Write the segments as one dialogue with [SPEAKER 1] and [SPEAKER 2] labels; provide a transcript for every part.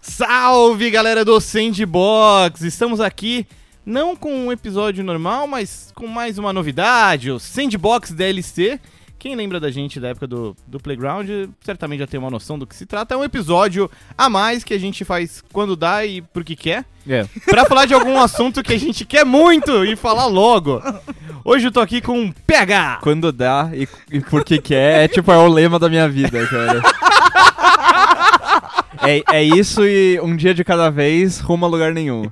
[SPEAKER 1] Salve, galera do Sandbox! Estamos aqui não com um episódio normal, mas com mais uma novidade, o Sandbox DLC. Quem lembra da gente da época do, do Playground certamente já tem uma noção do que se trata. É um episódio a mais que a gente faz quando dá e porque quer.
[SPEAKER 2] É.
[SPEAKER 1] Pra falar de algum assunto que a gente quer muito e falar logo. Hoje eu tô aqui com um o PH.
[SPEAKER 2] Quando dá e, e porque quer, é tipo, é o lema da minha vida, cara. É, é isso e um dia de cada vez, rumo a lugar nenhum.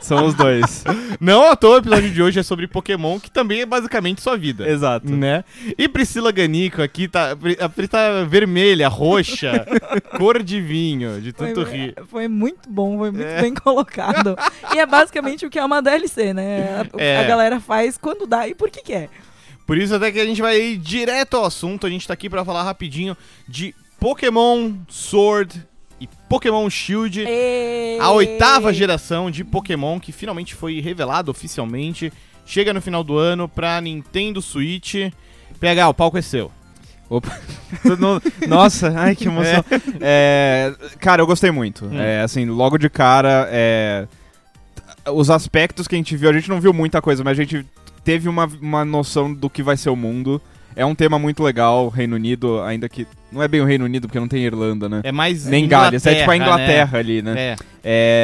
[SPEAKER 2] São os dois.
[SPEAKER 1] Não à toa, o episódio de hoje é sobre Pokémon, que também é basicamente sua vida.
[SPEAKER 2] Exato.
[SPEAKER 1] Né? E Priscila Ganico aqui tá. A Pri tá vermelha, roxa, cor de vinho, de tanto
[SPEAKER 3] é.
[SPEAKER 1] rir.
[SPEAKER 3] foi muito bom, foi muito bem colocado. e é basicamente o que é uma DLC, né? A,
[SPEAKER 1] É.
[SPEAKER 3] a galera faz quando dá e por que é. quer.
[SPEAKER 1] Por isso até que a gente vai ir direto ao assunto. A gente tá aqui pra falar rapidinho de Pokémon Sword e Pokémon Shield. A oitava geração de Pokémon que finalmente foi revelada oficialmente. Chega no final do ano pra Nintendo Switch. PH, o palco é seu.
[SPEAKER 2] Opa. Tô no- Nossa, ai que emoção. É, cara, eu gostei muito. É, assim, logo de cara, é, t- os aspectos que a gente viu, a gente não viu muita coisa, mas a gente teve uma, uma noção do que vai ser o mundo. É um tema muito legal, Reino Unido, ainda que não é bem o Reino Unido, porque não tem Irlanda, né?
[SPEAKER 1] É mais.
[SPEAKER 2] Nem Gales, é tipo a
[SPEAKER 1] Inglaterra,
[SPEAKER 2] Inglaterra ali, né?
[SPEAKER 1] Né? É.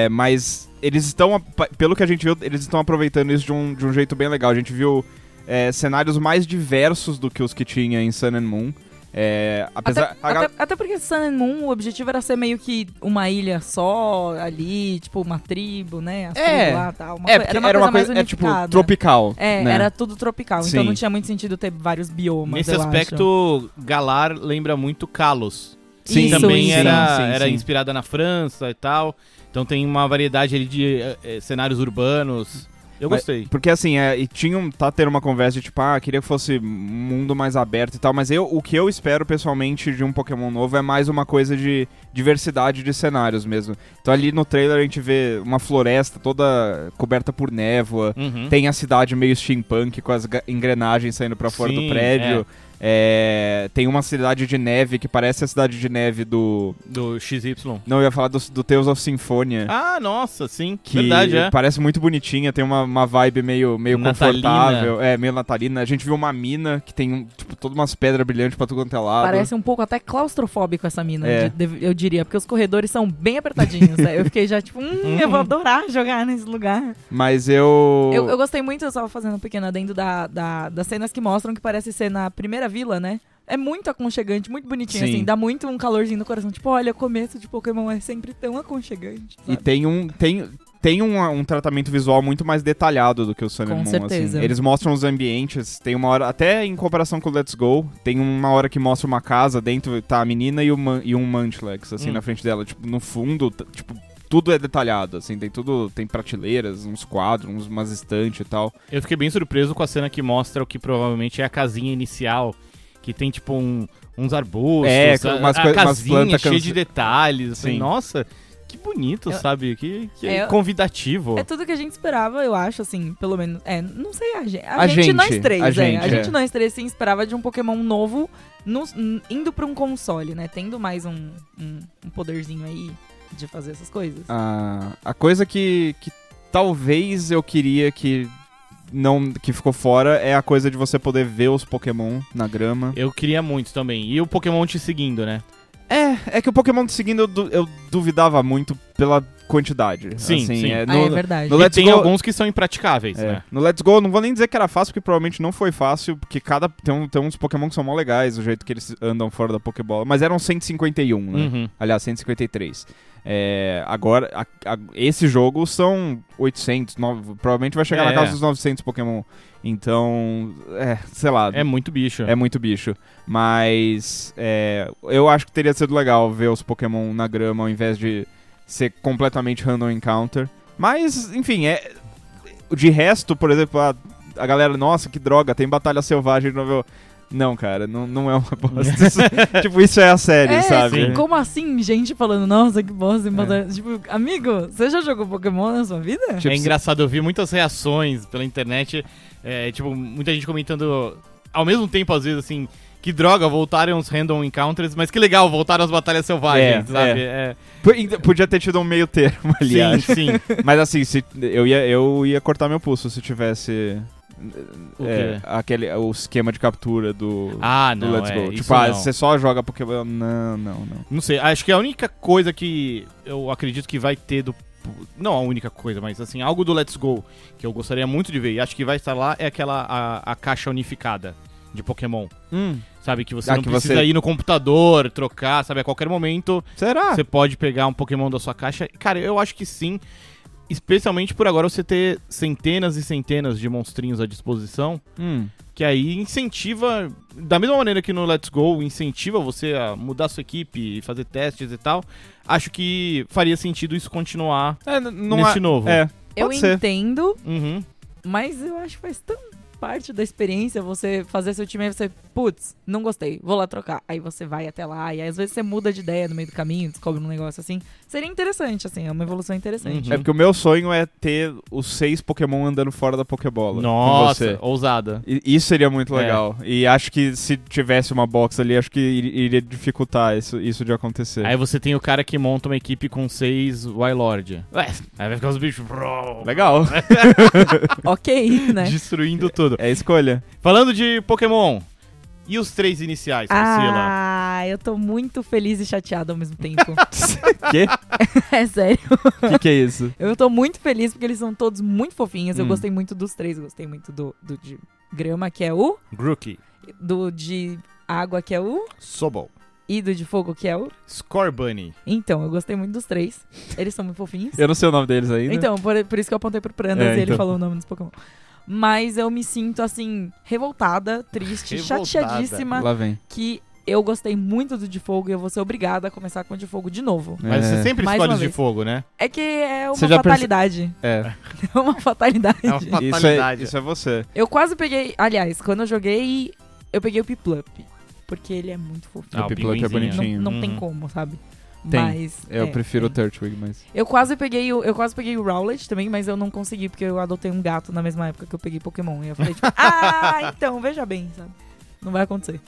[SPEAKER 2] É, mas eles estão, ap- pelo que a gente viu, eles estão aproveitando isso de um, de um jeito bem legal. A gente viu é, cenários mais diversos do que os que tinha em Sun and Moon. É,
[SPEAKER 3] Até,
[SPEAKER 2] apesar, a ga-
[SPEAKER 3] até, até porque Sun and Moon, o objetivo era ser meio que uma ilha só ali, tipo uma tribo, né? As
[SPEAKER 2] É.
[SPEAKER 3] tribos lá, tal. Uma
[SPEAKER 2] é,
[SPEAKER 3] coi-
[SPEAKER 2] porque
[SPEAKER 3] era uma coisa mais
[SPEAKER 2] é tipo
[SPEAKER 3] unificada.
[SPEAKER 2] tropical.
[SPEAKER 3] É,
[SPEAKER 2] né?
[SPEAKER 3] era tudo tropical,
[SPEAKER 2] Sim.
[SPEAKER 3] então não tinha muito sentido ter vários biomas.
[SPEAKER 1] Nesse
[SPEAKER 3] eu acho.
[SPEAKER 1] aspecto, Galar lembra muito Kalos.
[SPEAKER 3] Sim,
[SPEAKER 1] que também
[SPEAKER 3] sim,
[SPEAKER 1] era,
[SPEAKER 2] sim, sim,
[SPEAKER 1] era
[SPEAKER 2] sim.
[SPEAKER 1] inspirada na França e tal. Então tem uma variedade ali de eh, eh, cenários urbanos. Eu
[SPEAKER 2] Mas-
[SPEAKER 1] gostei.
[SPEAKER 2] Porque assim, é, e tinha um, tá tendo uma conversa de tipo, ah, queria que fosse um mundo mais aberto e tal, mas eu, o que eu espero pessoalmente de um Pokémon novo é mais uma coisa de diversidade de cenários mesmo. Então ali no trailer a gente vê uma floresta toda coberta por névoa,
[SPEAKER 1] Uhum.
[SPEAKER 2] tem a cidade meio steampunk com as ga- engrenagens saindo pra fora
[SPEAKER 1] Sim,
[SPEAKER 2] do prédio. É, tem uma cidade de neve que parece a cidade de neve do.
[SPEAKER 1] Do XY.
[SPEAKER 2] Não, eu ia falar do, do Tales of Symphonia.
[SPEAKER 1] Ah, nossa, sim.
[SPEAKER 2] Que
[SPEAKER 1] Verdade, é.
[SPEAKER 2] parece muito bonitinha, tem uma, uma vibe meio, meio
[SPEAKER 1] Natalina.
[SPEAKER 2] confortável, é, meio natalina. A gente viu uma mina que tem um, tipo, todas umas pedras brilhantes pra tudo quanto é lado.
[SPEAKER 3] Parece um pouco até claustrofóbico essa mina,
[SPEAKER 2] É.
[SPEAKER 3] de- de- eu diria, porque os corredores são bem apertadinhos. né? Eu fiquei já tipo, hum,
[SPEAKER 2] Uhum.
[SPEAKER 3] eu vou adorar jogar nesse lugar.
[SPEAKER 2] Mas eu.
[SPEAKER 3] Eu, eu gostei muito, eu estava fazendo um pequeno adendo da, da- das cenas que mostram que parece ser na primeira vila, né? É muito aconchegante, muito bonitinho,
[SPEAKER 2] Sim.
[SPEAKER 3] assim, dá muito um calorzinho no coração. Tipo, olha, o começo de Pokémon é sempre tão aconchegante.
[SPEAKER 2] E
[SPEAKER 3] Sabe?
[SPEAKER 2] tem um. Tem, tem um, um tratamento visual muito mais detalhado do que o Sun and
[SPEAKER 3] Com
[SPEAKER 2] Moon, assim.
[SPEAKER 3] certeza.
[SPEAKER 2] Eles mostram os ambientes, tem uma hora. Até em comparação com o Let's Go, tem uma hora que mostra uma casa, dentro tá a menina e, o man- e um Munchlax, assim,
[SPEAKER 1] Hum.
[SPEAKER 2] na frente dela. Tipo, no fundo, t- tipo, tudo é detalhado, assim, tem tudo. Tem prateleiras, uns quadros, uns- umas estantes e tal.
[SPEAKER 1] Eu fiquei bem surpreso com a cena que mostra o que provavelmente é a casinha inicial. Que tem, tipo, um- uns arbustos,
[SPEAKER 2] É,
[SPEAKER 1] a,
[SPEAKER 2] umas
[SPEAKER 1] a
[SPEAKER 2] coi- umas
[SPEAKER 1] casinha
[SPEAKER 2] plantas
[SPEAKER 1] cheia
[SPEAKER 2] canc-
[SPEAKER 1] de detalhes. Eu falei,
[SPEAKER 2] Sim.
[SPEAKER 1] nossa, que bonito,
[SPEAKER 3] Eu-
[SPEAKER 1] sabe? Que, que
[SPEAKER 3] É, eu-
[SPEAKER 1] convidativo.
[SPEAKER 3] É tudo que a gente esperava, eu acho, assim, pelo menos. É, não sei, a gente. A,
[SPEAKER 2] A
[SPEAKER 3] gente,
[SPEAKER 2] gente,
[SPEAKER 3] nós três,
[SPEAKER 2] a
[SPEAKER 3] é.
[SPEAKER 2] gente,
[SPEAKER 3] a gente,
[SPEAKER 2] é.
[SPEAKER 3] nós três, sim, esperava de um Pokémon novo nos- n- indo pra um console, né? Tendo mais um, um, um poderzinho aí de fazer essas coisas.
[SPEAKER 2] Ah, A, a coisa que, que talvez eu queria que não que ficou fora é a coisa de você poder ver os Pokémon na grama.
[SPEAKER 1] Eu queria muito também. E o Pokémon te seguindo, né?
[SPEAKER 2] É, é que o Pokémon te seguindo eu, du- eu duvidava muito pela quantidade.
[SPEAKER 1] Sim,
[SPEAKER 2] assim,
[SPEAKER 1] sim.
[SPEAKER 2] É,
[SPEAKER 3] ah, é
[SPEAKER 2] no,
[SPEAKER 3] verdade.
[SPEAKER 2] no
[SPEAKER 1] E
[SPEAKER 2] Let's
[SPEAKER 1] tem
[SPEAKER 2] Go-
[SPEAKER 1] alguns que são impraticáveis,
[SPEAKER 2] é.
[SPEAKER 1] né?
[SPEAKER 2] No Let's Go, eu não vou nem dizer que era fácil, porque provavelmente não foi fácil, porque cada tem, um- tem uns Pokémon que são mó legais, o jeito que eles andam fora da Pokébola. Mas eram 151, né?
[SPEAKER 1] Uhum.
[SPEAKER 2] Aliás, 153. É, agora, a- a- esse jogo são 800, nove- provavelmente vai chegar
[SPEAKER 1] É.
[SPEAKER 2] na casa dos 900 Pokémon. Então, é, sei lá,
[SPEAKER 1] É muito bicho.
[SPEAKER 2] é muito bicho. Mas é, eu acho que teria sido legal ver os Pokémon na grama ao invés de ser completamente random encounter. Mas, enfim, é. De resto, por exemplo, a, a galera, nossa, que droga, tem batalha selvagem no meu. Não, cara, não, não é uma bosta. Isso- tipo, isso é a série,
[SPEAKER 3] É,
[SPEAKER 2] sabe?
[SPEAKER 3] sim, como assim, gente falando, nossa, que bosta, é. tipo, amigo, você já jogou Pokémon na sua vida?
[SPEAKER 2] Tipo,
[SPEAKER 1] é engraçado, eu vi muitas reações pela internet. é, tipo, muita gente comentando ao mesmo tempo, às vezes, assim, Que droga, voltaram os random encounters, mas que legal, voltaram as batalhas selvagens,
[SPEAKER 2] É,
[SPEAKER 1] sabe? É.
[SPEAKER 2] P- Podia ter tido um meio termo, aliás.
[SPEAKER 1] Sim, sim.
[SPEAKER 2] Mas assim, se- eu, ia, eu ia cortar meu pulso se tivesse.
[SPEAKER 1] O
[SPEAKER 2] é,
[SPEAKER 1] quê?
[SPEAKER 2] aquele, o esquema de captura do,
[SPEAKER 1] Ah,
[SPEAKER 2] do
[SPEAKER 1] não,
[SPEAKER 2] Let's
[SPEAKER 1] é,
[SPEAKER 2] Go.
[SPEAKER 1] isso
[SPEAKER 2] Tipo, ah,
[SPEAKER 1] não.
[SPEAKER 2] você só joga Pokémon. Não, não, não.
[SPEAKER 1] Não sei, acho que a única coisa que eu acredito que vai ter do. Não a única coisa, mas assim, algo do Let's Go que eu gostaria muito de ver e acho que vai estar lá é aquela a, a caixa unificada de Pokémon. Sabe, que você
[SPEAKER 2] Ah,
[SPEAKER 1] não
[SPEAKER 2] que
[SPEAKER 1] precisa
[SPEAKER 2] você-
[SPEAKER 1] ir no computador, trocar, sabe? A qualquer momento
[SPEAKER 2] Será?
[SPEAKER 1] você pode pegar um Pokémon da sua caixa. Cara, eu acho que sim. Especialmente por agora você ter centenas e centenas de monstrinhos à disposição.
[SPEAKER 2] Hum.
[SPEAKER 1] Que aí incentiva, da mesma maneira que no Let's Go incentiva você a mudar sua equipe e fazer testes e tal, acho que faria sentido isso continuar
[SPEAKER 2] É, n- não
[SPEAKER 1] nesse
[SPEAKER 2] há-
[SPEAKER 1] novo.
[SPEAKER 2] É,
[SPEAKER 3] Eu
[SPEAKER 2] pode ser.
[SPEAKER 3] entendo,
[SPEAKER 1] Uhum.
[SPEAKER 3] Mas eu acho que faz tão parte da experiência você fazer seu time e você, putz, não gostei, vou lá trocar. Aí você vai até lá, e aí às vezes você muda de ideia no meio do caminho, descobre um negócio assim. Seria interessante, assim, é uma evolução interessante.
[SPEAKER 1] Uhum.
[SPEAKER 2] É porque o meu sonho é ter os seis Pokémon andando fora da Pokébola. com
[SPEAKER 1] Nossa, É.
[SPEAKER 2] você.
[SPEAKER 1] ousada.
[SPEAKER 2] E- Isso seria muito legal. E acho que se tivesse uma box ali, acho que ir- iria dificultar isso, isso de acontecer.
[SPEAKER 1] Aí você tem o cara que monta uma equipe com seis Wylord. Ué, aí vai ficar os bichos
[SPEAKER 2] Legal.
[SPEAKER 3] Ok, né?
[SPEAKER 1] destruindo tudo.
[SPEAKER 2] É a escolha.
[SPEAKER 1] Falando de Pokémon, e os três iniciais, Priscila?
[SPEAKER 3] Ah, eu tô muito feliz e chateada ao mesmo tempo.
[SPEAKER 2] que?
[SPEAKER 3] é sério.
[SPEAKER 2] Que que é isso?
[SPEAKER 3] Eu tô muito feliz porque eles são todos muito fofinhos. Eu
[SPEAKER 2] Hum.
[SPEAKER 3] gostei muito dos três. Eu gostei muito do, do de grama, que é o.
[SPEAKER 1] Grookey,
[SPEAKER 3] Do de água, que é o.
[SPEAKER 1] Sobol,
[SPEAKER 3] E do de fogo, que é o.
[SPEAKER 1] Scorbunny.
[SPEAKER 3] Então, eu gostei muito dos três. Eles são muito fofinhos.
[SPEAKER 2] Eu não sei o nome deles ainda.
[SPEAKER 3] Então, por, por isso que eu apontei pro Prandas
[SPEAKER 2] né? É,
[SPEAKER 3] e ele
[SPEAKER 2] então.
[SPEAKER 3] falou o nome dos Pokémon. Mas eu me sinto, assim, revoltada, triste,
[SPEAKER 1] Revoltada.
[SPEAKER 3] chateadíssima,
[SPEAKER 2] Lá vem.
[SPEAKER 3] que eu gostei muito do de fogo e eu vou ser obrigada a começar com o de fogo de novo.
[SPEAKER 1] Mas
[SPEAKER 2] É.
[SPEAKER 1] você sempre
[SPEAKER 3] Mais
[SPEAKER 1] escolhe
[SPEAKER 3] uma
[SPEAKER 1] os de
[SPEAKER 3] vez.
[SPEAKER 1] fogo, né?
[SPEAKER 3] É que é uma
[SPEAKER 2] Você já perce-
[SPEAKER 3] fatalidade.
[SPEAKER 2] É.
[SPEAKER 3] É uma fatalidade.
[SPEAKER 1] É uma fa-
[SPEAKER 2] Isso é,
[SPEAKER 1] Fatalidade.
[SPEAKER 2] isso é você.
[SPEAKER 3] Eu quase peguei. Aliás, quando eu joguei, eu peguei o Piplup. Porque ele é muito fofinho.
[SPEAKER 1] Ah, o
[SPEAKER 2] Piplup é
[SPEAKER 1] pinguinzinho.
[SPEAKER 3] não
[SPEAKER 2] bonitinho.
[SPEAKER 3] não tem
[SPEAKER 1] Uhum.
[SPEAKER 3] como, sabe?
[SPEAKER 2] Tem.
[SPEAKER 3] Mas.
[SPEAKER 2] Eu
[SPEAKER 3] é,
[SPEAKER 2] prefiro
[SPEAKER 3] é.
[SPEAKER 2] o Turtwig, mas.
[SPEAKER 3] Eu quase peguei o, eu quase peguei o Rowlet também, mas eu não consegui, porque eu adotei um gato na mesma época que eu peguei Pokémon. E eu falei, tipo, ah, então, veja bem, sabe? Não vai acontecer.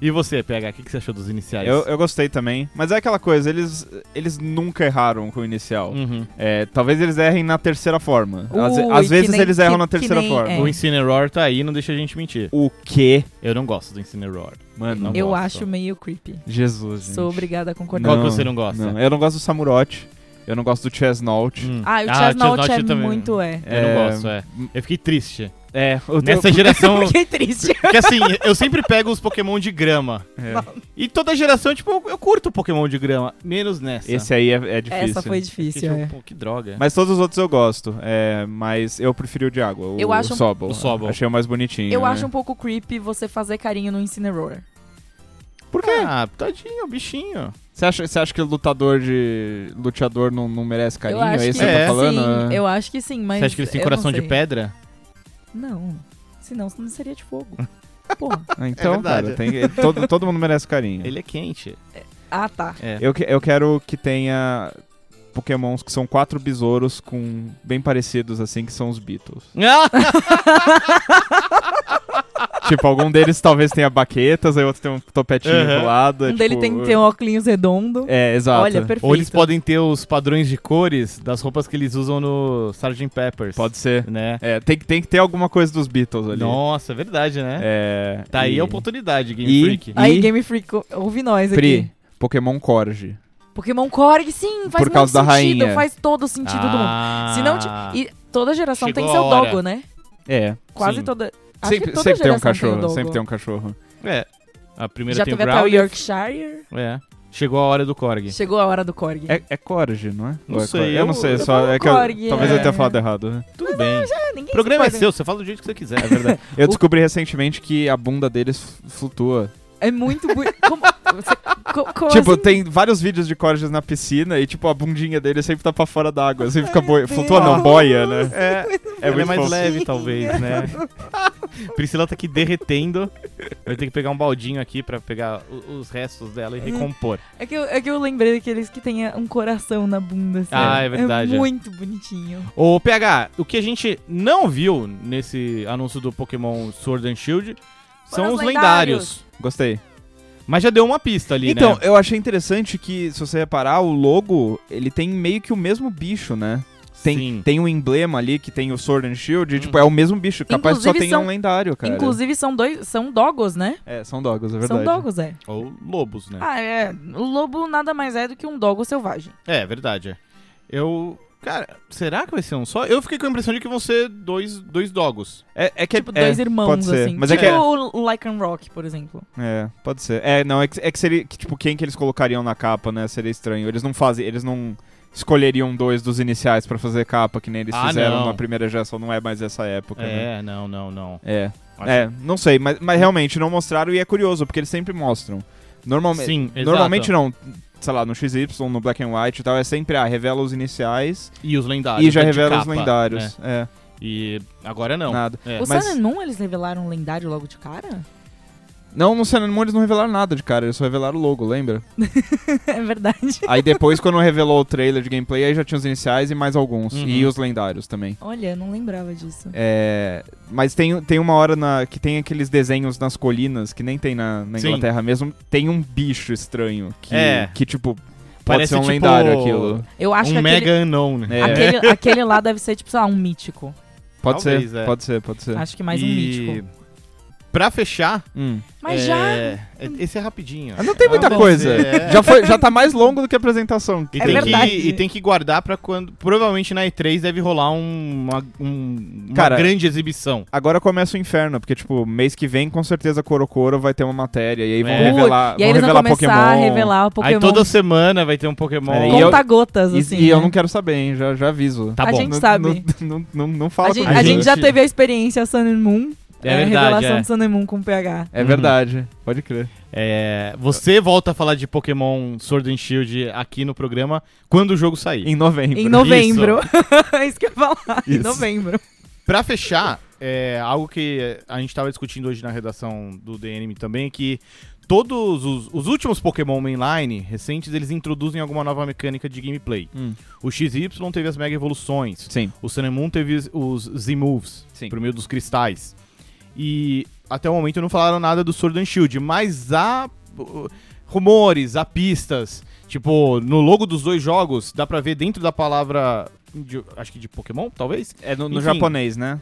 [SPEAKER 1] E você, PH, o que, que você achou dos iniciais?
[SPEAKER 2] Eu, eu gostei também. Mas é aquela coisa, eles, eles nunca erraram com o inicial.
[SPEAKER 1] Uhum.
[SPEAKER 2] É, talvez eles errem na terceira forma. Às,
[SPEAKER 3] Ui,
[SPEAKER 2] às
[SPEAKER 3] que
[SPEAKER 2] vezes
[SPEAKER 3] nem-
[SPEAKER 2] eles erram
[SPEAKER 3] que-
[SPEAKER 2] na
[SPEAKER 3] que
[SPEAKER 2] terceira
[SPEAKER 3] nem-
[SPEAKER 2] forma.
[SPEAKER 3] é.
[SPEAKER 1] O Incineroar tá aí, não deixa a gente mentir.
[SPEAKER 2] O quê?
[SPEAKER 1] Eu não gosto do Incineroar.
[SPEAKER 2] Mano,
[SPEAKER 1] Não
[SPEAKER 3] eu
[SPEAKER 1] gosto.
[SPEAKER 3] acho meio creepy.
[SPEAKER 2] Jesus, gente.
[SPEAKER 3] Sou obrigada a concordar.
[SPEAKER 1] Qual que você não gosta?
[SPEAKER 2] Não, eu não gosto do Samurote. Eu não gosto do Chesnaut.
[SPEAKER 1] Hum.
[SPEAKER 3] Ah, o
[SPEAKER 1] o
[SPEAKER 3] Chesnaut é
[SPEAKER 1] eu também-
[SPEAKER 3] muito é.
[SPEAKER 1] Eu
[SPEAKER 2] É,
[SPEAKER 1] não gosto, é. Eu fiquei triste.
[SPEAKER 2] É, o
[SPEAKER 1] Nessa geração...
[SPEAKER 3] Eu fiquei triste.
[SPEAKER 1] Porque assim, eu sempre pego os Pokémon de grama.
[SPEAKER 2] É.
[SPEAKER 1] E toda geração, tipo, eu- eu curto Pokémon de grama. Menos nessa.
[SPEAKER 2] Esse aí é, é difícil.
[SPEAKER 3] Essa foi
[SPEAKER 1] Fiquei,
[SPEAKER 3] difícil,
[SPEAKER 1] tipo,
[SPEAKER 3] é.
[SPEAKER 1] pô, que droga.
[SPEAKER 2] Mas todos os outros eu gosto. É, mas eu preferi o de água. O,
[SPEAKER 3] Eu acho um-
[SPEAKER 2] o Sobol.
[SPEAKER 1] O Sobol.
[SPEAKER 2] Achei o mais bonitinho.
[SPEAKER 3] Eu
[SPEAKER 1] é.
[SPEAKER 2] né?
[SPEAKER 3] acho um pouco creepy você fazer carinho no Incineroar.
[SPEAKER 1] Por quê? Ah, tadinho, bichinho.
[SPEAKER 2] Você acha, você acha que lutador de. luteador não, não merece carinho?
[SPEAKER 3] eu acho
[SPEAKER 2] é
[SPEAKER 3] que
[SPEAKER 2] isso que você
[SPEAKER 1] É.
[SPEAKER 2] tá falando?
[SPEAKER 3] Sim, eu acho que sim, mas
[SPEAKER 1] Você acha que eles têm
[SPEAKER 3] eu não
[SPEAKER 1] coração de
[SPEAKER 3] sei.
[SPEAKER 1] pedra?
[SPEAKER 3] Não. Senão não seria de fogo. Porra.
[SPEAKER 2] Ah, Então,
[SPEAKER 1] verdade.
[SPEAKER 2] cara, tem- todo, todo mundo merece carinho.
[SPEAKER 1] Ele é quente.
[SPEAKER 3] Ah, tá.
[SPEAKER 1] É.
[SPEAKER 2] Eu, que- eu quero que tenha pokémons que são quatro besouros com bem parecidos, assim, que são os Beatles.
[SPEAKER 1] Ah!
[SPEAKER 2] tipo, algum deles talvez tenha baquetas, aí outro tem um topetinho
[SPEAKER 1] Uhum.
[SPEAKER 2] do lado. é
[SPEAKER 3] Um dele
[SPEAKER 2] tipo-
[SPEAKER 3] tem que ter um óculos redondo.
[SPEAKER 2] É, exato.
[SPEAKER 3] Olha, perfeito.
[SPEAKER 1] Ou eles podem ter os padrões de cores das roupas que eles usam no Sgt. Peppers.
[SPEAKER 2] Pode ser.
[SPEAKER 1] Né?
[SPEAKER 2] É, tem, que- tem que ter alguma coisa dos Beatles ali.
[SPEAKER 1] Nossa, é verdade, né?
[SPEAKER 2] É,
[SPEAKER 1] Tá aí
[SPEAKER 2] e-
[SPEAKER 1] a oportunidade, Game
[SPEAKER 2] e-
[SPEAKER 1] Freak.
[SPEAKER 2] e-
[SPEAKER 3] Aí, Game Freak, co- ouve nós aqui.
[SPEAKER 2] Pri, Pokémon Corgi.
[SPEAKER 3] Pokémon Corg, sim, faz
[SPEAKER 2] Por causa
[SPEAKER 3] muito
[SPEAKER 2] da
[SPEAKER 3] sentido,
[SPEAKER 2] rainha.
[SPEAKER 3] faz todo o sentido do mundo.
[SPEAKER 1] Ah,
[SPEAKER 3] Se não ti- e toda geração
[SPEAKER 1] Chegou
[SPEAKER 3] tem
[SPEAKER 1] a
[SPEAKER 3] seu
[SPEAKER 1] hora.
[SPEAKER 3] dogo, né?
[SPEAKER 2] É.
[SPEAKER 3] Quase
[SPEAKER 1] Sim.
[SPEAKER 3] toda. Acho
[SPEAKER 2] Sempre,
[SPEAKER 3] que toda
[SPEAKER 2] sempre tem um
[SPEAKER 3] geração
[SPEAKER 2] cachorro,
[SPEAKER 3] o dogo.
[SPEAKER 2] sempre tem um cachorro.
[SPEAKER 1] É. A primeira
[SPEAKER 3] Já
[SPEAKER 1] tem o
[SPEAKER 3] teve até o
[SPEAKER 1] Growl.
[SPEAKER 3] Yorkshire.
[SPEAKER 1] É. Chegou a hora do Korg.
[SPEAKER 3] Chegou a hora do Korg.
[SPEAKER 2] É, é Corgi, não é?
[SPEAKER 1] Não
[SPEAKER 2] Ou é
[SPEAKER 1] sei,
[SPEAKER 2] Corgi? eu,
[SPEAKER 1] eu-
[SPEAKER 2] não sei,
[SPEAKER 1] eu
[SPEAKER 2] só é que eu-
[SPEAKER 3] Corgi,
[SPEAKER 2] talvez
[SPEAKER 1] é.
[SPEAKER 2] eu tenha falado errado. né?
[SPEAKER 1] Tudo bem.
[SPEAKER 3] Ah, ninguém
[SPEAKER 1] O programa é
[SPEAKER 3] se importa.
[SPEAKER 1] seu, você fala do jeito que você quiser. É verdade.
[SPEAKER 2] Eu descobri recentemente que a bunda deles f- flutua.
[SPEAKER 3] É muito bonito. Como, você- co- como
[SPEAKER 2] tipo,
[SPEAKER 3] assim?
[SPEAKER 2] tem vários vídeos de Corgis na piscina e, tipo, a bundinha dele sempre tá pra fora d'água. Sempre fica boi... flutua, não,
[SPEAKER 3] Deus.
[SPEAKER 2] boia, né?
[SPEAKER 1] É, é,
[SPEAKER 2] muito
[SPEAKER 1] mais
[SPEAKER 2] fofo.
[SPEAKER 1] leve, talvez, né? Priscila tá aqui derretendo. Vai ter que pegar um baldinho aqui pra pegar o- os restos dela e recompor.
[SPEAKER 3] É que, eu, é que eu lembrei daqueles que tem é, um coração na bunda. assim.
[SPEAKER 1] Ah, é verdade, é.
[SPEAKER 3] É muito bonitinho.
[SPEAKER 1] Ô, PH, o que a gente não viu nesse anúncio do Pokémon Sword and Shield são
[SPEAKER 3] os
[SPEAKER 1] os lendários.
[SPEAKER 2] Gostei.
[SPEAKER 1] Mas já deu uma pista ali,
[SPEAKER 2] Então,
[SPEAKER 1] né?
[SPEAKER 2] eu achei interessante que, se você reparar, o logo, ele tem meio que o mesmo bicho, né? Tem,
[SPEAKER 1] Sim.
[SPEAKER 2] tem um emblema ali que tem o Sword and Shield, e, tipo,
[SPEAKER 1] Uhum.
[SPEAKER 2] é o mesmo bicho. Capaz que só
[SPEAKER 3] Inclusive,
[SPEAKER 2] tem
[SPEAKER 3] são-
[SPEAKER 2] um lendário, cara.
[SPEAKER 3] Inclusive, são dois. São dogos, né?
[SPEAKER 2] É, são dogos, é
[SPEAKER 3] São
[SPEAKER 2] verdade.
[SPEAKER 3] dogos, é.
[SPEAKER 1] Ou lobos, né?
[SPEAKER 3] Ah, é. O lobo nada mais é do que um dogo selvagem.
[SPEAKER 1] É, verdade. é. Eu. Cara, será que vai ser um só? Eu fiquei com a impressão de que vão ser dois, dois dogos.
[SPEAKER 2] É, é que
[SPEAKER 3] Tipo,
[SPEAKER 2] é,
[SPEAKER 3] dois irmãos,
[SPEAKER 2] pode ser.
[SPEAKER 3] assim.
[SPEAKER 2] Mas é
[SPEAKER 3] tipo
[SPEAKER 2] que é-
[SPEAKER 3] o Lycan Rock, por exemplo.
[SPEAKER 2] É, pode ser. É, não, é que, é que seria. que, tipo, quem que eles colocariam na capa, né? Seria estranho. Eles não fazem. Eles não escolheriam dois dos iniciais pra fazer capa, que nem eles
[SPEAKER 1] Ah,
[SPEAKER 2] fizeram
[SPEAKER 1] não.
[SPEAKER 2] na primeira geração, não é mais essa época, né?
[SPEAKER 1] É, não, não, não.
[SPEAKER 2] É.
[SPEAKER 1] Acho-
[SPEAKER 2] É, não sei, mas, mas realmente não mostraram e é curioso, porque eles sempre mostram. Normalmente.
[SPEAKER 1] Sim, exato.
[SPEAKER 2] Normalmente não. Sei lá, no XY, no Black and White e tal, é sempre, ah, revela os iniciais
[SPEAKER 1] E os lendários.
[SPEAKER 2] e já
[SPEAKER 1] de
[SPEAKER 2] revela os
[SPEAKER 1] capa,
[SPEAKER 2] lendários.
[SPEAKER 1] né?
[SPEAKER 2] É,
[SPEAKER 1] E agora não.
[SPEAKER 2] nada.
[SPEAKER 1] É.
[SPEAKER 3] o
[SPEAKER 2] mas-
[SPEAKER 3] Sun and Moon, eles revelaram um lendário logo de cara?
[SPEAKER 2] Não, no Sanemon eles não revelaram nada de cara, eles só revelaram o logo, lembra?
[SPEAKER 3] é verdade.
[SPEAKER 2] Aí depois, quando revelou o trailer de gameplay, aí já tinha os iniciais e mais alguns.
[SPEAKER 1] Uhum.
[SPEAKER 2] E os lendários também.
[SPEAKER 3] Olha, eu não lembrava disso.
[SPEAKER 2] É, mas tem, tem uma hora na, que tem aqueles desenhos nas colinas, que nem tem na, na
[SPEAKER 1] Sim.
[SPEAKER 2] Inglaterra mesmo. Tem um bicho estranho que,
[SPEAKER 1] É.
[SPEAKER 2] que tipo, pode
[SPEAKER 1] Parece
[SPEAKER 2] ser um
[SPEAKER 1] tipo-
[SPEAKER 2] lendário aquilo.
[SPEAKER 3] Eu acho que
[SPEAKER 1] um
[SPEAKER 3] aquele,
[SPEAKER 1] mega unknown. né?
[SPEAKER 2] É.
[SPEAKER 3] aquele, aquele lá deve ser, tipo, sei lá, um mítico.
[SPEAKER 2] Pode
[SPEAKER 1] Talvez,
[SPEAKER 2] ser,
[SPEAKER 1] é.
[SPEAKER 2] pode ser, pode ser.
[SPEAKER 3] Acho que mais um
[SPEAKER 1] E-
[SPEAKER 3] mítico.
[SPEAKER 1] Pra fechar.
[SPEAKER 2] Hum.
[SPEAKER 3] Mas
[SPEAKER 1] é,
[SPEAKER 3] já.
[SPEAKER 1] é- Esse é rapidinho.
[SPEAKER 2] Ah, Não tem
[SPEAKER 1] Ah,
[SPEAKER 2] muita
[SPEAKER 1] bom,
[SPEAKER 2] coisa.
[SPEAKER 1] é.
[SPEAKER 2] Já, foi, já tá mais longo do que a apresentação.
[SPEAKER 1] E,
[SPEAKER 3] É
[SPEAKER 1] tem que,
[SPEAKER 3] verdade.
[SPEAKER 1] e tem que guardar pra quando. Provavelmente na E3 deve rolar um- uma, um- uma
[SPEAKER 2] Cara,
[SPEAKER 1] grande exibição.
[SPEAKER 2] Agora começa o inferno, porque, tipo, mês que vem, com certeza, Corocoro vai ter uma matéria. E aí vão
[SPEAKER 1] É.
[SPEAKER 2] revelar,
[SPEAKER 3] e aí
[SPEAKER 2] vão
[SPEAKER 3] eles vão
[SPEAKER 2] revelar
[SPEAKER 3] começar
[SPEAKER 2] Pokémon.
[SPEAKER 3] a revelar o Pokémon.
[SPEAKER 1] Aí toda semana vai ter um Pokémon.
[SPEAKER 2] É, e eu-
[SPEAKER 3] Conta-gotas,
[SPEAKER 2] E,
[SPEAKER 3] assim.
[SPEAKER 2] e eu
[SPEAKER 3] né?
[SPEAKER 2] não quero saber, hein? Já, já aviso.
[SPEAKER 1] Tá
[SPEAKER 3] a
[SPEAKER 1] bom.
[SPEAKER 3] gente sabe.
[SPEAKER 2] Não, não, não, não fala
[SPEAKER 3] a gente,
[SPEAKER 2] comigo.
[SPEAKER 3] a gente já teve a experiência Sun and Moon.
[SPEAKER 1] É
[SPEAKER 3] a
[SPEAKER 1] verdade,
[SPEAKER 3] revelação
[SPEAKER 1] é.
[SPEAKER 3] de Sun and Moon com o PH.
[SPEAKER 2] É verdade, pode crer.
[SPEAKER 1] É, você volta a falar de Pokémon Sword and Shield aqui no programa quando o jogo sair.
[SPEAKER 2] Em novembro.
[SPEAKER 3] Em novembro. é isso que eu ia falar. Em
[SPEAKER 2] Isso.
[SPEAKER 3] novembro.
[SPEAKER 1] Pra fechar, é, algo que a gente tava discutindo hoje na redação do DNM também, é que todos os, os últimos Pokémon mainline recentes, eles introduzem alguma nova mecânica de gameplay.
[SPEAKER 2] Hum.
[SPEAKER 1] O XY teve as Mega Evoluções,
[SPEAKER 2] Sim.
[SPEAKER 1] o Sun and Moon teve os- os Z-Moves,
[SPEAKER 2] Sim.
[SPEAKER 1] por meio dos cristais. E até o momento não falaram nada do Sword and Shield, mas há uh, rumores, há pistas. Tipo, no logo dos dois jogos, dá pra ver dentro da palavra, de- acho que de Pokémon, talvez?
[SPEAKER 2] É no,
[SPEAKER 1] no
[SPEAKER 2] japonês, né?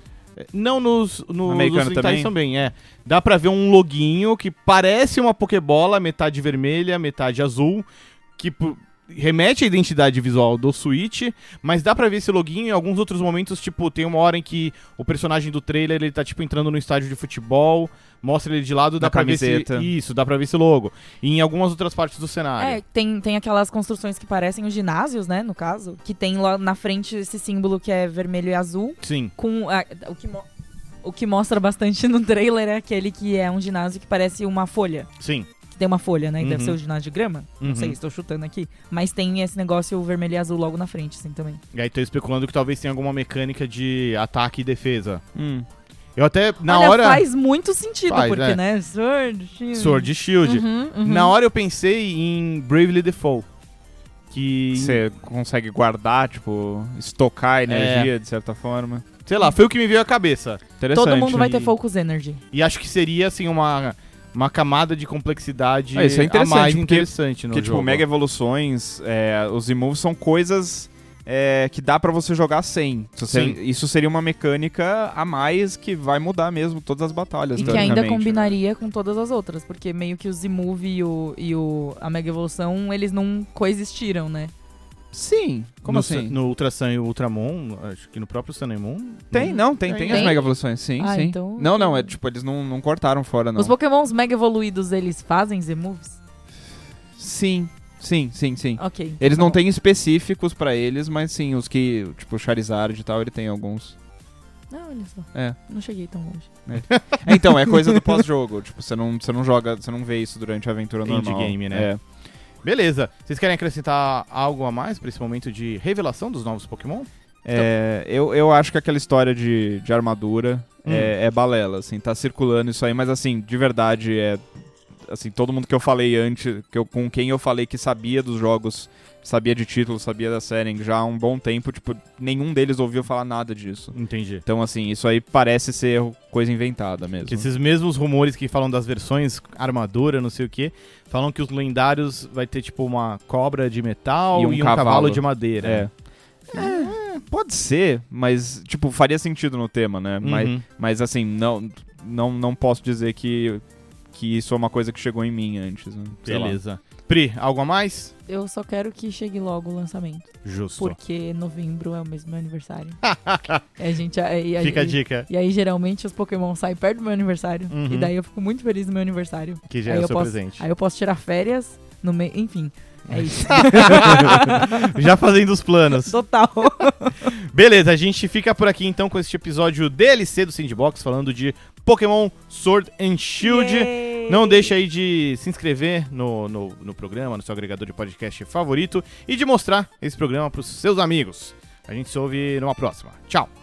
[SPEAKER 1] Não, nos, no,
[SPEAKER 2] Americano
[SPEAKER 1] nos também.
[SPEAKER 2] também?
[SPEAKER 1] também, é. Dá pra ver um loguinho que parece uma pokebola, metade vermelha, metade azul, que pu- remete à identidade visual do Switch, mas dá pra ver esse loguinho em alguns outros momentos, tipo, tem uma hora em que o personagem do trailer, ele tá, tipo, entrando no estádio de futebol, mostra ele de lado, dá
[SPEAKER 2] Na
[SPEAKER 1] pra
[SPEAKER 2] camiseta.
[SPEAKER 1] ver esse... Isso, dá pra ver esse logo. E em algumas outras partes do cenário.
[SPEAKER 3] É, tem, tem aquelas construções que parecem os ginásios, né? No caso. Que tem lá na frente esse símbolo que é vermelho e azul.
[SPEAKER 1] Sim.
[SPEAKER 3] Com a- o que mo- O que mostra bastante no trailer é aquele que é um ginásio que parece uma folha.
[SPEAKER 1] Sim.
[SPEAKER 3] Que tem uma folha, né? E deve
[SPEAKER 1] Uhum.
[SPEAKER 3] ser o ginásio de grama.
[SPEAKER 1] Uhum.
[SPEAKER 3] Não sei, estou chutando aqui. Mas tem esse negócio vermelho e azul logo na frente, assim, também.
[SPEAKER 1] E aí tô especulando que talvez tenha alguma mecânica de ataque e defesa. Eu até, na
[SPEAKER 3] Olha,
[SPEAKER 1] hora...
[SPEAKER 3] faz muito sentido,
[SPEAKER 1] Faz,
[SPEAKER 3] porque,
[SPEAKER 1] é.
[SPEAKER 3] né? Sword, Shield.
[SPEAKER 1] Sword e Shield.
[SPEAKER 3] Uhum, uhum.
[SPEAKER 1] Na hora eu pensei em Bravely Default. Que.
[SPEAKER 2] Você consegue guardar, tipo, estocar energia, de certa forma.
[SPEAKER 1] Sei lá, foi o que me veio à cabeça.
[SPEAKER 2] Interessante.
[SPEAKER 3] Todo mundo vai ter
[SPEAKER 1] E-
[SPEAKER 3] Focus Energy.
[SPEAKER 1] E acho que seria, assim, uma, uma camada de complexidade
[SPEAKER 2] Ah, isso é
[SPEAKER 1] a mais
[SPEAKER 2] interessante, porque-
[SPEAKER 1] interessante no
[SPEAKER 2] Porque,
[SPEAKER 1] jogo.
[SPEAKER 2] tipo, Mega Evoluções, é, os removes são coisas é, que dá pra você jogar sem. Se você-
[SPEAKER 1] Sim.
[SPEAKER 2] isso seria uma mecânica a mais que vai mudar mesmo todas as batalhas,
[SPEAKER 3] E que ainda
[SPEAKER 2] teoricamente, né?
[SPEAKER 3] combinaria com todas as outras, porque meio que o Z-Move e, o, e o, a Mega Evolução, eles não coexistiram, né?
[SPEAKER 2] Sim. Como
[SPEAKER 1] no,
[SPEAKER 2] assim?
[SPEAKER 1] No Ultra Sun e Ultramon, acho que no próprio Sun and Moon.
[SPEAKER 2] Tem, não, tem,
[SPEAKER 1] Tem,
[SPEAKER 2] tem,
[SPEAKER 3] tem.
[SPEAKER 2] as Mega Evoluções, sim,
[SPEAKER 3] Ah,
[SPEAKER 2] sim.
[SPEAKER 3] então-
[SPEAKER 2] Não, não, é tipo, eles não, não cortaram fora, não.
[SPEAKER 3] Os pokémons Mega Evoluídos, eles fazem Z-Moves?
[SPEAKER 2] Sim, sim, sim, sim.
[SPEAKER 3] Ok.
[SPEAKER 2] Eles
[SPEAKER 3] tá
[SPEAKER 2] não
[SPEAKER 3] bom.
[SPEAKER 2] têm específicos pra eles, mas sim, os que, tipo, Charizard e tal, ele tem alguns.
[SPEAKER 3] Não, Ah, olha só.
[SPEAKER 2] É.
[SPEAKER 3] Não cheguei tão longe.
[SPEAKER 2] É, Então, é coisa do pós-jogo, tipo, você não, você não joga, você não vê isso durante a aventura
[SPEAKER 1] Indie
[SPEAKER 2] normal.
[SPEAKER 1] game, né?
[SPEAKER 2] É.
[SPEAKER 1] Beleza. Vocês querem acrescentar algo a mais pra esse momento de revelação dos novos Pokémon?
[SPEAKER 2] É, eu, eu acho que aquela história de, de armadura
[SPEAKER 1] Hum.
[SPEAKER 2] é, é balela, assim, tá circulando isso aí, mas assim, de verdade, é assim, todo mundo que eu falei antes, que eu, com quem eu falei que sabia dos jogos, sabia de título, sabia da série já há um bom tempo, tipo, nenhum deles ouviu falar nada disso.
[SPEAKER 1] Entendi.
[SPEAKER 2] Então, assim, isso aí parece ser coisa inventada mesmo.
[SPEAKER 1] Que esses mesmos rumores que falam das versões, armadura, não sei o que, falam que os lendários vai ter tipo uma cobra de metal e um, cavalo. de madeira.
[SPEAKER 2] É. É, pode ser, mas, tipo, faria sentido no tema, né? Mas,
[SPEAKER 1] Uhum.
[SPEAKER 2] mas, assim, não, não, não posso dizer que, que isso é uma coisa que chegou em mim antes. Né? Sei lá.
[SPEAKER 1] Beleza. Pri, algo a mais?
[SPEAKER 3] Eu só quero que chegue logo o lançamento.
[SPEAKER 1] Justo.
[SPEAKER 3] Porque novembro é o mesmo meu aniversário. E a gente, e
[SPEAKER 1] Fica a
[SPEAKER 3] e-
[SPEAKER 1] dica.
[SPEAKER 3] E aí, geralmente, os Pokémon saem perto do meu aniversário.
[SPEAKER 1] Uhum.
[SPEAKER 3] E daí eu fico muito feliz no meu aniversário.
[SPEAKER 1] Que já
[SPEAKER 3] aí
[SPEAKER 1] é o
[SPEAKER 3] eu
[SPEAKER 1] seu
[SPEAKER 3] posso-
[SPEAKER 1] presente.
[SPEAKER 3] Aí eu posso tirar férias no meio. Enfim, é isso.
[SPEAKER 1] Já fazendo os planos.
[SPEAKER 3] Total.
[SPEAKER 1] Beleza, a gente fica por aqui então com este episódio DLC do Sandbox falando de Pokémon Sword and Shield.
[SPEAKER 3] Yay!
[SPEAKER 1] Não deixe aí de se inscrever no, no, no programa, no seu agregador de podcast favorito e de mostrar esse programa para os seus amigos. A gente se ouve numa próxima. Tchau!